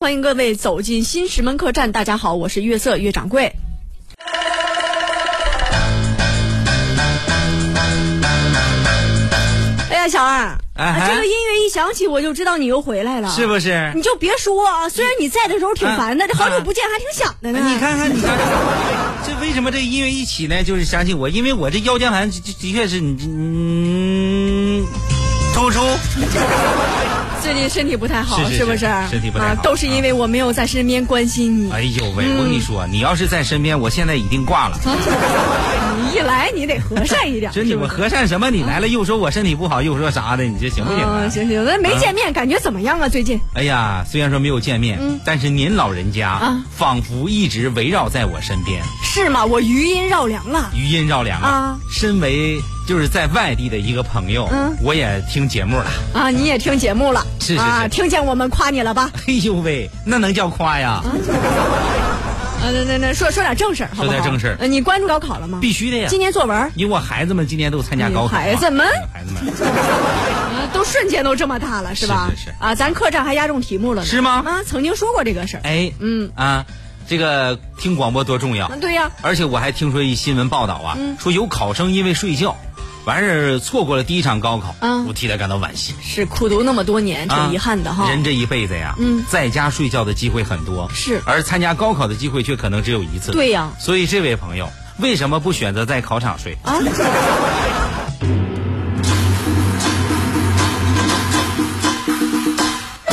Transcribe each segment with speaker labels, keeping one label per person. Speaker 1: 欢迎各位走进新石门客栈。大家好，我是月色月掌柜。哎呀，小二，
Speaker 2: 哎
Speaker 1: 啊
Speaker 2: 嗨
Speaker 1: 这个音乐一响起，我就知道你又回来了，
Speaker 2: 是不是？
Speaker 1: 你就别说啊，虽然你在的时候挺烦的，
Speaker 2: 嗯
Speaker 1: 这好久
Speaker 2: 嗯
Speaker 1: 不见还挺想的呢。
Speaker 2: 哎你，看看，你看 看，这为什么这音乐一起呢？就是想起我，因为我这腰间盘的的确是你嗯突出，
Speaker 1: 最近身体不太好，
Speaker 2: 是是是
Speaker 1: 不是？
Speaker 2: 身体不太好
Speaker 1: 啊，都是因为我没有在身边关心你。
Speaker 2: 哎呦喂！我跟你
Speaker 1: 嗯
Speaker 2: 说，你要是在身边，我现在已经挂了。
Speaker 1: 你一来，你得和善一点。
Speaker 2: 真
Speaker 1: 啊
Speaker 2: 你
Speaker 1: 是不
Speaker 2: 我
Speaker 1: 是
Speaker 2: 和善什么？你来了又说我身体不好，又说啥的，你这行不行啊
Speaker 1: 嗯，？行行，那没见面，感觉怎么样啊？最近
Speaker 2: 哎呀，虽然说没有见面，但是您老人家、
Speaker 1: 嗯啊
Speaker 2: 仿佛一直围绕在我身边，
Speaker 1: 是吗？我余音绕梁了。
Speaker 2: 余音绕梁啊。
Speaker 1: 啊
Speaker 2: 身为就是在外地的一个朋友，
Speaker 1: 嗯
Speaker 2: 我也听节目了。
Speaker 1: 啊，你也听节目了，
Speaker 2: 是是
Speaker 1: 啊，
Speaker 2: 是
Speaker 1: 听见我们夸你了吧？
Speaker 2: 哎呦喂，那能叫夸呀？
Speaker 1: 啊，那那那说说点正事儿，好不好？
Speaker 2: 说点正事儿
Speaker 1: 呃你关注高考了吗？
Speaker 2: 必须的呀！
Speaker 1: 今年作文儿、
Speaker 2: 因为我孩子们今年都参加高考啊，
Speaker 1: 你孩子们
Speaker 2: 孩子们
Speaker 1: 啊都瞬间都这么大了，是吧？
Speaker 2: 是是是
Speaker 1: 啊，咱客栈还压中题目了呢，
Speaker 2: 是吗
Speaker 1: 啊，曾经说过这个事儿。
Speaker 2: 哎，
Speaker 1: 嗯
Speaker 2: 啊，这个听广播多重要
Speaker 1: 啊，！对呀，
Speaker 2: 而且我还听说一新闻报道啊，
Speaker 1: 嗯
Speaker 2: 说有考生因为睡觉，完事儿错过了第一场高考，
Speaker 1: 嗯
Speaker 2: 我替他感到惋惜。
Speaker 1: 是苦读那么多年，
Speaker 2: 啊
Speaker 1: 挺遗憾的哈。
Speaker 2: 人这一辈子呀，
Speaker 1: 嗯
Speaker 2: 在家睡觉的机会很多，
Speaker 1: 是
Speaker 2: 而参加高考的机会却可能只有一次。
Speaker 1: 对呀
Speaker 2: 所以这位朋友为什么不选择在考场睡？
Speaker 1: 啊，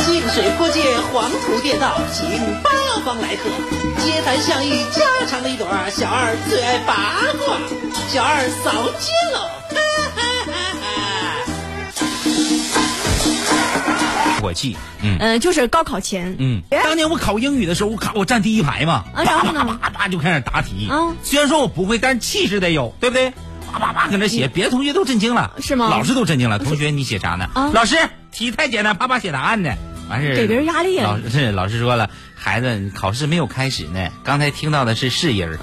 Speaker 3: 近水过界，黄土地道，请八方来客。街谈巷议，家常里短儿，小二最爱八卦，小二扫街喽，哈哈哈哈。
Speaker 2: 火气，嗯。
Speaker 1: 嗯，就是高考前，
Speaker 2: 嗯，
Speaker 1: 哎
Speaker 2: 当年我考英语的时候，我考我占第一排嘛，
Speaker 1: 啊然后呢
Speaker 2: 叭叭叭叭就开始答题。
Speaker 1: 嗯
Speaker 2: 虽然说我不会，但是气势得有，对不对？叭叭叭搁那写，别的同学都震惊了，
Speaker 1: 是吗
Speaker 2: 老师都震惊了，同学你写啥呢？
Speaker 1: 啊
Speaker 2: 老师题太简单，啪啪写答案呢。完事儿
Speaker 1: 给别人压力啊
Speaker 2: 老师是老师说了，孩子你考试没有开始呢，刚才听到的是是音儿。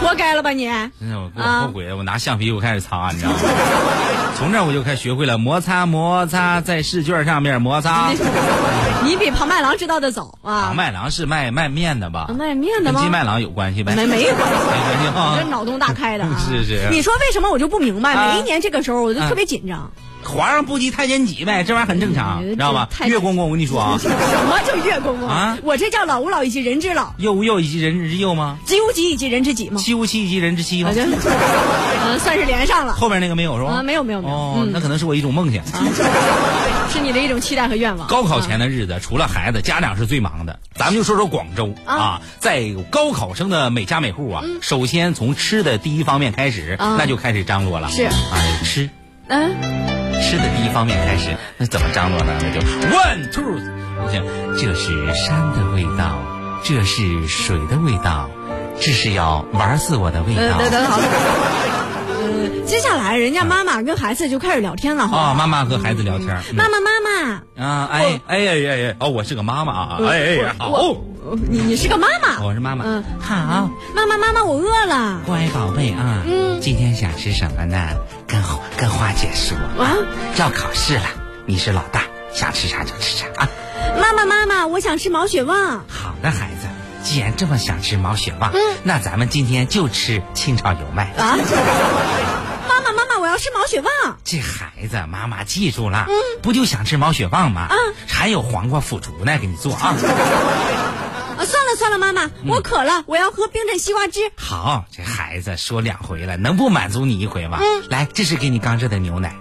Speaker 1: 活该了吧你？
Speaker 2: 真的，我给我
Speaker 1: 啊
Speaker 2: 后悔了，我拿橡皮我开始擦，你知道吗？从那儿我就开始学会了摩擦摩擦，在试卷上面摩擦。
Speaker 1: 你比庞麦郎知道的早
Speaker 2: 啊
Speaker 1: 啊，
Speaker 2: 麦郎是卖卖面的吧
Speaker 1: 啊？卖面的
Speaker 2: 跟
Speaker 1: 吗
Speaker 2: 金？麦郎有关系呗？
Speaker 1: 没没关系。
Speaker 2: 没关系
Speaker 1: 你
Speaker 2: 啊
Speaker 1: 这。脑洞大开的、啊，
Speaker 2: 是是
Speaker 1: 你说为什么我就不明白？
Speaker 2: 啊
Speaker 1: 每一年这个时候我就特别紧张，
Speaker 2: 皇上不急太监急呗，这玩意儿很正常，
Speaker 1: 嗯
Speaker 2: 知道吧
Speaker 1: 这太？
Speaker 2: 岳公公，我跟你说啊，
Speaker 1: 什么叫月公公
Speaker 2: 啊
Speaker 1: 我这叫老吾老以及人之老，
Speaker 2: 幼吾幼以及人之幼吗？
Speaker 1: 己无己以及人之己嘛。
Speaker 2: 妻无妻以及人之妻吗
Speaker 1: 我？就， 嗯，算是连上了。
Speaker 2: 后边那个没有是吧？
Speaker 1: 啊啊没有没有没有
Speaker 2: 哦
Speaker 1: 嗯，啊
Speaker 2: 那可能是我一种梦想。
Speaker 1: 是你的一种期待和愿望。啊
Speaker 2: 高考前的日子，除了孩子，家长是最忙的。咱们就说说广州
Speaker 1: 啊嗯
Speaker 2: 啊，在高考生的每家每户啊，首先从吃的第一方面开始，
Speaker 1: 啊
Speaker 2: 那就开始张罗了。
Speaker 1: 是
Speaker 2: 哎，吃
Speaker 1: 嗯，
Speaker 2: 吃的第一方面开始，那怎么张罗呢？那就 one two，你想，这是山的味道，这是水的味道，这是要玩死我的味
Speaker 1: 呃，
Speaker 2: 道。
Speaker 1: 等等好了。呃，接下来人家妈妈跟孩子就开始聊天了哈。
Speaker 2: 啊、妈妈和孩子聊天儿，嗯
Speaker 1: 妈妈妈妈，
Speaker 2: 啊，哎哎呀呀呀，哦，我是个妈妈啊，哎哎呀，好，哦
Speaker 1: 我你你是个妈妈，
Speaker 2: 我是妈妈，
Speaker 1: 嗯
Speaker 2: 好，
Speaker 1: 妈妈妈妈，我饿了。
Speaker 2: 乖宝贝啊，
Speaker 1: 嗯
Speaker 2: 今天想吃什么呢？跟跟花姐说，
Speaker 1: 啊，
Speaker 2: 要考试了，你是老大，想吃啥就吃啥啊。
Speaker 1: 妈妈妈妈，我想吃毛血旺。啊
Speaker 2: 好的，孩子，既然这么想吃毛血
Speaker 1: 嗯
Speaker 2: 旺，那咱们今天就吃清炒油麦。
Speaker 1: 啊！妈妈妈妈，我要吃毛血旺。
Speaker 2: 这孩子，妈妈记住了，
Speaker 1: 嗯
Speaker 2: 不就想吃毛血旺吗？还有黄瓜腐竹呢，给你 做啊。
Speaker 1: 啊，算了算了，妈妈，
Speaker 2: 嗯
Speaker 1: 我渴了，我要喝冰镇西瓜汁。
Speaker 2: 好，这孩子说两回了，能不满足你一回吗？
Speaker 1: 嗯
Speaker 2: 来，这是给你刚热的牛奶。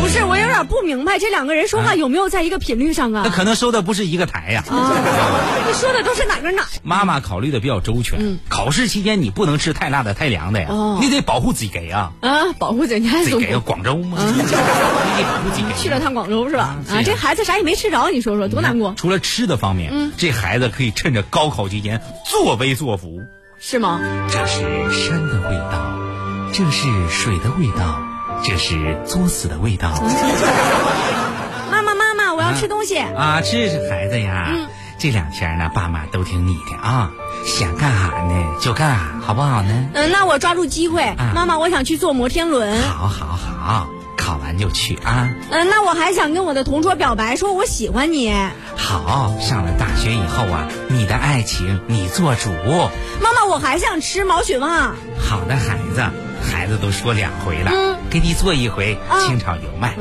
Speaker 1: 不是，我有点不明白这两个人说话有没有在一个频率上啊？
Speaker 2: 那可能收的不是一个台呀、
Speaker 1: 啊，你说的都是哪跟哪？
Speaker 2: 妈妈考虑的比较周全。考试期间你不能吃太辣的、太凉的呀，
Speaker 1: 嗯哦
Speaker 2: 你得保护自己给啊。
Speaker 1: 啊，保护姐，你还
Speaker 2: 自己
Speaker 1: 总
Speaker 2: 给广州吗？ 你得保护自己给。
Speaker 1: 嗯去了趟广州是吧
Speaker 2: 啊？是
Speaker 1: 啊，嗯
Speaker 2: 呀
Speaker 1: 这孩子啥也没吃着，你说说多难过，
Speaker 2: 嗯
Speaker 1: 嗯
Speaker 2: 除了吃的方面，这孩子可以趁着高考期间作威作福。
Speaker 1: 是吗？
Speaker 2: 这是山的味道，这是水的味道，这是作死的味道。
Speaker 1: 嗯妈妈妈妈，我要吃东西。
Speaker 2: 啊，这是孩子呀。
Speaker 1: 嗯
Speaker 2: 这两天呢，爸妈都挺你的啊，想干啥呢就干啥，好不好呢？
Speaker 1: 嗯嗯，那我抓住机会，妈妈，我想去坐摩天轮。
Speaker 2: 好好好，考考完就去啊。
Speaker 1: 嗯，那我还想跟我的同桌表白，说我喜欢你。
Speaker 2: 好，上了大学以后啊，你的爱情你做主。
Speaker 1: 妈妈，我还想吃毛血旺。
Speaker 2: 好的孩子，孩子都说两回了，
Speaker 1: 嗯
Speaker 2: 给你做一回
Speaker 1: 啊
Speaker 2: 清炒油麦。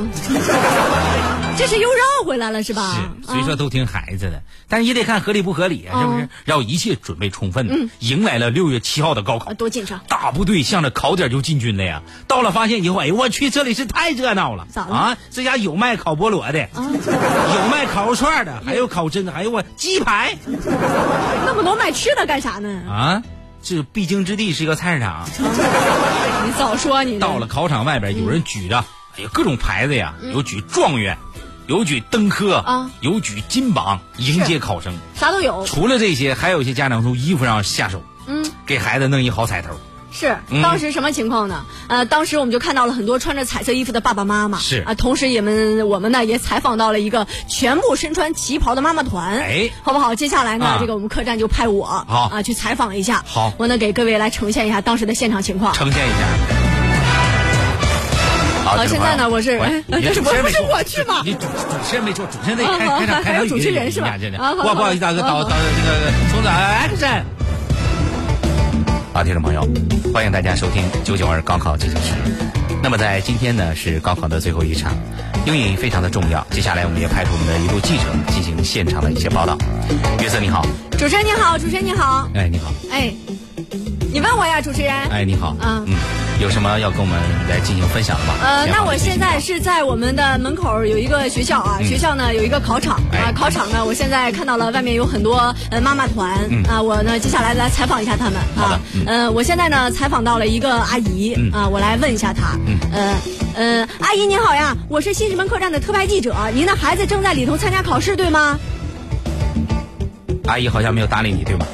Speaker 1: 这是又绕回来了是吧？
Speaker 2: 是，所以说都听孩子的，但是也得看合理不合理啊，是不是
Speaker 1: 嗯？
Speaker 2: 要一切准备充分的，迎来了六月七号的高考
Speaker 1: 啊，，多紧张。
Speaker 2: 大部队向着考点就进军了呀。到了发现以后，哎呦我去，这里是太热闹了
Speaker 1: 咋了
Speaker 2: 啊！这家有卖烤菠萝的，
Speaker 1: 啊
Speaker 2: 有卖烤肉串的，还有烤真的，还有我鸡排
Speaker 1: 那么多买吃的干啥呢？
Speaker 2: 啊！这必经之地是一个菜市场。
Speaker 1: 你早说你呢
Speaker 2: 到了考场外边，有人举
Speaker 1: 嗯
Speaker 2: 着，哎呀，各种牌子呀，有举状元，有举登科，
Speaker 1: 啊
Speaker 2: 有举金榜，迎接考生。
Speaker 1: 啥都有。
Speaker 2: 除了这些，还有一些家长从衣服上下手，
Speaker 1: 嗯，
Speaker 2: 给孩子弄一好彩头。
Speaker 1: 是
Speaker 2: 嗯。
Speaker 1: 当时什么情况呢？呃，当时我们就看到了很多穿着彩色衣服的爸爸妈妈。
Speaker 2: 是
Speaker 1: 啊，同时也们我们呢也采访到了一个全部身穿旗袍的妈妈团。
Speaker 2: 哎
Speaker 1: 好不好？接下来呢，
Speaker 2: 啊
Speaker 1: 这个我们客栈就派我
Speaker 2: 好
Speaker 1: 啊去采访一下。
Speaker 2: 好
Speaker 1: 我呢给各位来呈现一下当时的现场情况。
Speaker 2: 啊呈现一下。好
Speaker 1: 好
Speaker 2: 这个
Speaker 1: 现在呢
Speaker 2: 朋友
Speaker 1: 我是
Speaker 2: 喂
Speaker 1: 哎
Speaker 2: 你
Speaker 1: 这是
Speaker 2: 主持人
Speaker 1: 不是
Speaker 2: 没说
Speaker 1: 我去吗
Speaker 2: 你主主持人没说，主持人得
Speaker 1: 啊
Speaker 2: 开
Speaker 1: 好
Speaker 2: 开场
Speaker 1: 还
Speaker 2: 开
Speaker 1: 有
Speaker 2: 场语
Speaker 1: 主持人
Speaker 2: 语
Speaker 1: 是吧
Speaker 2: 这这
Speaker 1: 啊好
Speaker 2: 不
Speaker 1: 好
Speaker 2: 不好意思，大哥，
Speaker 1: 好好
Speaker 2: 导导这个从哪 action？好，听众朋友，欢迎大家收听九九二高考这件事。那么在今天呢是高考的最后一场，英语非常的重要。接下来我们也派出我们的一路记者进行现场的一些报道。约瑟你好，
Speaker 1: 主持人你好，主持人你好。
Speaker 2: 哎你好，
Speaker 1: 哎，你问我呀，主持人。
Speaker 2: 哎你好，
Speaker 1: 嗯
Speaker 2: 嗯，有什么要跟我们来进行分享的吗？
Speaker 1: 呃，
Speaker 2: 先
Speaker 1: 那
Speaker 2: 把
Speaker 1: 我
Speaker 2: 这些
Speaker 1: 现在是在我们的门口有一个学校啊，学校呢有一个考场
Speaker 2: 嗯哎
Speaker 1: 啊，考场呢，我现在看到了外面有很多呃妈妈团
Speaker 2: 嗯
Speaker 1: 啊，我呢接下来来采访一下他们
Speaker 2: 好的
Speaker 1: 啊，呃，我现在呢采访到了一个阿姨
Speaker 2: 嗯
Speaker 1: 啊，我来问一下她
Speaker 2: 嗯，
Speaker 1: 呃呃，阿姨您好呀，我是新石门客栈的特派记者，您的孩子正在里头参加考试对吗？
Speaker 2: 阿姨好像没有搭理你，对吗？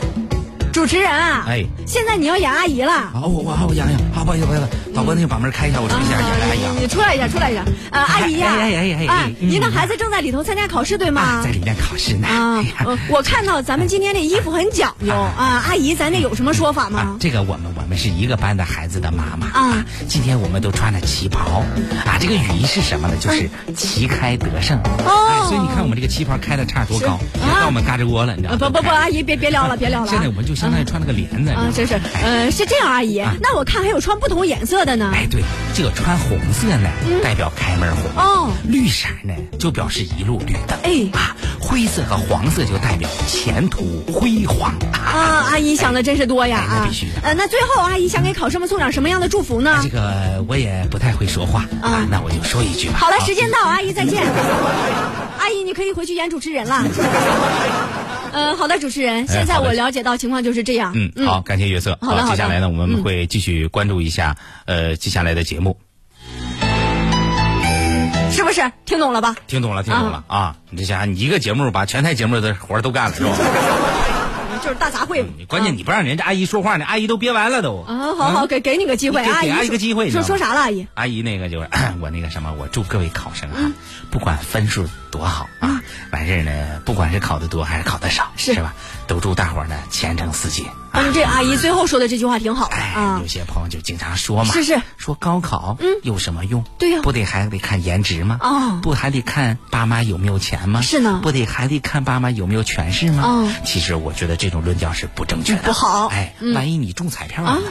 Speaker 1: 主持人啊，
Speaker 2: 哎
Speaker 1: 现在你要演阿姨了。
Speaker 2: 啊，我我我杨杨，啊，不好意思不好意思，导播那个把门开一下，我出去一下，杨杨
Speaker 1: 啊
Speaker 2: 杨。
Speaker 1: 你出来一下，出来一下。呃，阿姨呀，
Speaker 2: 哎哎哎哎哎
Speaker 1: 啊
Speaker 2: 嗯啊
Speaker 1: 您的孩子正在里头参加考试对吗？
Speaker 2: 在里面考试呢。
Speaker 1: 啊
Speaker 2: 哎呀，
Speaker 1: 我我看到咱们今天这衣服很讲究啊，阿姨，咱这有什么说法
Speaker 2: 啊
Speaker 1: 吗，？
Speaker 2: 这个我们我们是一个班的孩子的妈妈
Speaker 1: 啊
Speaker 2: 今天我们都穿了旗袍啊，这个语义是什么呢？就是旗开得胜
Speaker 1: 哦
Speaker 2: 哎所以你看我们这个旗袍开的叉多高，
Speaker 1: 是
Speaker 2: 也到我们嘎吱窝了，你知道
Speaker 1: 呃，
Speaker 2: 吗？
Speaker 1: 不不不，
Speaker 2: 都开
Speaker 1: 阿姨别别聊了，别聊了啊。
Speaker 2: 现在我们就相当于穿了个帘子
Speaker 1: 啊，真是，呃，是这样，阿姨
Speaker 2: 啊，
Speaker 1: 那我看还有穿不同颜色的呢。
Speaker 2: 哎，对，这个穿红色呢，代表开门红；
Speaker 1: 嗯哦
Speaker 2: 绿色呢，就表示一路绿灯。
Speaker 1: 哎
Speaker 2: 啊，灰色和黄色就代表前途辉煌。
Speaker 1: 啊，阿姨想的真是多呀
Speaker 2: 哎那
Speaker 1: 啊
Speaker 2: 必须的！哎
Speaker 1: 呃，那最后阿姨想给考生们送点什么样的祝福呢
Speaker 2: 这？个我也不太会说话
Speaker 1: 啊
Speaker 2: 啊，那我就说一句吧。
Speaker 1: 好了，
Speaker 2: 啊
Speaker 1: 时间到，阿姨再见。阿姨，你可以回去演主持人了。呃，好的，主持人，现在
Speaker 2: 哎好的
Speaker 1: 我了解到情况就是这样。
Speaker 2: 嗯，好，感谢约瑟。
Speaker 1: 好的好的嗯
Speaker 2: 接下来呢，我们会继续关注一下呃接下来的节目。
Speaker 1: 嗯是不是听懂了吧？
Speaker 2: 听懂了，听懂了啊！你这家伙，你一个节目把全台节目的活儿都干了 是吧？
Speaker 1: 就是大杂烩嘛。
Speaker 2: 关键你不让人家阿姨说话呢，阿姨都憋完了都。
Speaker 1: 啊，好好，给给你个机会，
Speaker 2: 嗯你给
Speaker 1: 阿
Speaker 2: 给
Speaker 1: 姨
Speaker 2: 阿姨
Speaker 1: 说
Speaker 2: 个机会你知道
Speaker 1: 说
Speaker 2: 吗
Speaker 1: 说啥了，阿姨？嗯
Speaker 2: 阿姨，那个就是 我那个什么，我祝各位考生啊，不管分数多好啊，完事儿呢，不管是考的多还是考的少，是
Speaker 1: 是
Speaker 2: 吧？都祝大伙儿呢前程似锦。
Speaker 1: 啊，你这阿姨最后说的这句话挺好的
Speaker 2: 哎
Speaker 1: 啊，
Speaker 2: 有。些朋友就经常说嘛，
Speaker 1: 是是
Speaker 2: 说高考嗯有什么用？
Speaker 1: 对呀
Speaker 2: 不得还得看颜值吗？
Speaker 1: 哦
Speaker 2: 不还得看爸妈有没有钱吗？
Speaker 1: 是呢
Speaker 2: 不得还得看爸妈有没有权势吗？
Speaker 1: 哦
Speaker 2: 其实我觉得这种论调是不正确的，
Speaker 1: 不好嗯啊
Speaker 2: 哎，万一你中彩票了呢，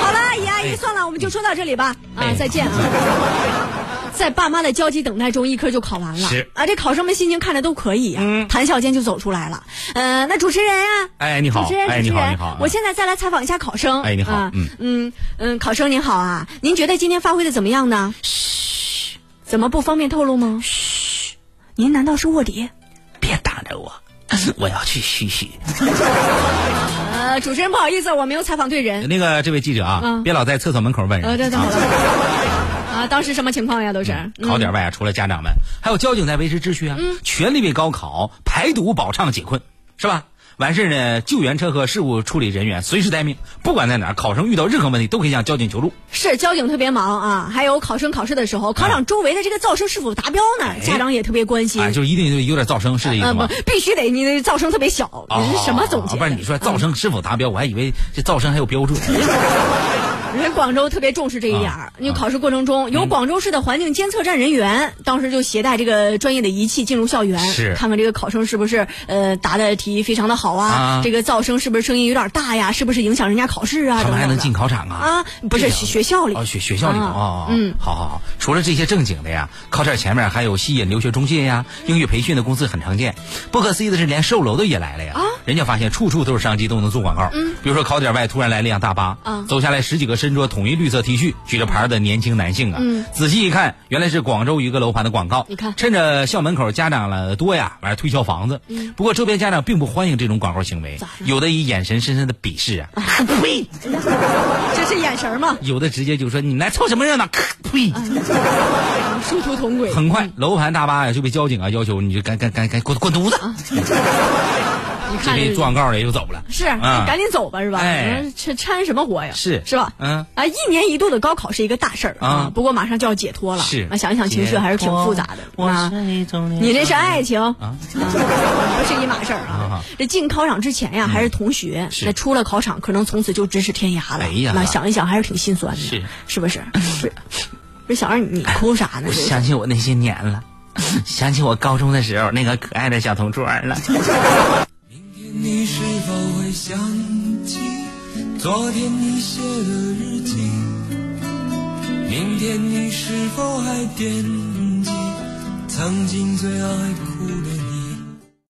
Speaker 1: 好了，阿姨阿姨，
Speaker 2: 哎
Speaker 1: 算了，我们就说到这里吧。
Speaker 2: 哎
Speaker 1: 啊，再见啊。 在爸妈的焦急等待中，一科就考完了。
Speaker 2: 是嗯
Speaker 1: 啊，这考生们心情看着都可以啊呀、谈笑间就走出来了。呃，那主持人啊，
Speaker 2: 哎你好
Speaker 1: 主持人，
Speaker 2: 哎
Speaker 1: 主持
Speaker 2: 你好
Speaker 1: 人
Speaker 2: 你好
Speaker 1: 我现在再来采访一下考生。
Speaker 2: 哎你好
Speaker 1: 啊
Speaker 2: 嗯
Speaker 1: 嗯嗯，考生您好啊，您觉得今天发挥的怎么样呢？嘘，怎么不方便透露吗？嘘，您难道是卧底？
Speaker 2: 别打着我，我要去嘘嘘。
Speaker 1: 呃，主持人不好意思，我没有采访对人。
Speaker 2: 那个这位记者啊，
Speaker 1: 嗯
Speaker 2: 别老在厕所门口问人。
Speaker 1: 呃，这怎
Speaker 2: 啊
Speaker 1: 么了？ 啊，当时什么情况呀？都是嗯
Speaker 2: 考点外啊，除了家长们，还有交警在维持秩序啊，全力为高考排毒保畅解困，是吧？完事儿呢，救援车和事故处理人员随时待命，不管在哪儿，考生遇到任何问题都可以向交警求助。
Speaker 1: 是交警特别忙啊，还有考生考试的时候，考场周围的这个噪声是否达标呢？
Speaker 2: 哎
Speaker 1: 家长也特别关心。
Speaker 2: 啊，就是一定就有点噪声，是这意思
Speaker 1: 嗯嗯，不
Speaker 2: 吗？，
Speaker 1: 必须得你的噪声特别小，
Speaker 2: 啊
Speaker 1: 你是什么总结啊
Speaker 2: 不
Speaker 1: 的？
Speaker 2: 是你说噪声是否达标，我还以为这噪声还有标准。
Speaker 1: 人广州特别重视这一点
Speaker 2: 啊
Speaker 1: 儿。因为考试过程
Speaker 2: 嗯
Speaker 1: 中，由广州市的环境监测站人员当时就携带这个专业的仪器进入校园，
Speaker 2: 是
Speaker 1: 看看这个考生是不是呃答的题非常的好啊
Speaker 2: 啊，
Speaker 1: 这个噪声是不是声音有点大呀，是不是影响人家考试啊？
Speaker 2: 他
Speaker 1: 等
Speaker 2: 们还
Speaker 1: 等
Speaker 2: 能
Speaker 1: 的
Speaker 2: 进考场啊？
Speaker 1: 啊？不是
Speaker 2: 这样
Speaker 1: 学校里
Speaker 2: 哦，学学校里头
Speaker 1: 啊
Speaker 2: 哦，哦
Speaker 1: 嗯，
Speaker 2: 好好好。除了这些正经的呀，靠这前面还有吸引留学中介呀、英语培训的公司很常见。不可思议的是，连售楼的也来了
Speaker 1: 啊
Speaker 2: 呀！人家发现处处都是商机，都能做广告。嗯，比如说考点外突然来了辆大巴，
Speaker 1: 啊
Speaker 2: 走下来十几个身着统一绿色 T 恤、举着牌儿的年轻男性啊，
Speaker 1: 嗯
Speaker 2: 仔细一看，原来是广州一个楼盘的广告。
Speaker 1: 你看
Speaker 2: 趁着校门口家长了多呀，完了推销房子。不过周边家长并不欢迎这种广告行为
Speaker 1: 嗯咋，了
Speaker 2: 有的以眼神深深的鄙视啊，呸！
Speaker 1: 这是眼神儿嘛，
Speaker 2: 有的直接就说你们来凑什么热闹？呸！
Speaker 1: 殊途同 归。
Speaker 2: 很快，楼盘大巴呀就被交警啊要求你就赶赶赶赶滚滚犊子，
Speaker 1: 你
Speaker 2: 这
Speaker 1: 啊看
Speaker 2: 边做广告的也就走了。
Speaker 1: 是，
Speaker 2: 啊
Speaker 1: 赶紧走吧，是吧？
Speaker 2: 哎
Speaker 1: 嗯这掺什么活呀？
Speaker 2: 是
Speaker 1: 是吧？
Speaker 2: 嗯
Speaker 1: 啊，一年一度的高考是一个大事儿
Speaker 2: 啊
Speaker 1: 不过马上就要解脱了，
Speaker 2: 是
Speaker 1: 啊，想一想情绪还是挺复杂的啊。你这是爱情啊， 不是一码事儿啊
Speaker 2: 啊。嗯
Speaker 1: 这进考场之前呀，还是同学，
Speaker 2: 是
Speaker 1: 那出了考场，可能从此就咫尺天涯了。
Speaker 2: 哎呀
Speaker 1: 那想一想还是挺心酸的，
Speaker 2: 是
Speaker 1: 是 不是？不是，不是小二，你哭啥呢？
Speaker 2: 我想起我那些 年了，想起我高中的时候那个可爱的小同桌了。
Speaker 4: 你是否会想起昨天你写的日记？明天你是否还惦记曾经最爱哭的你？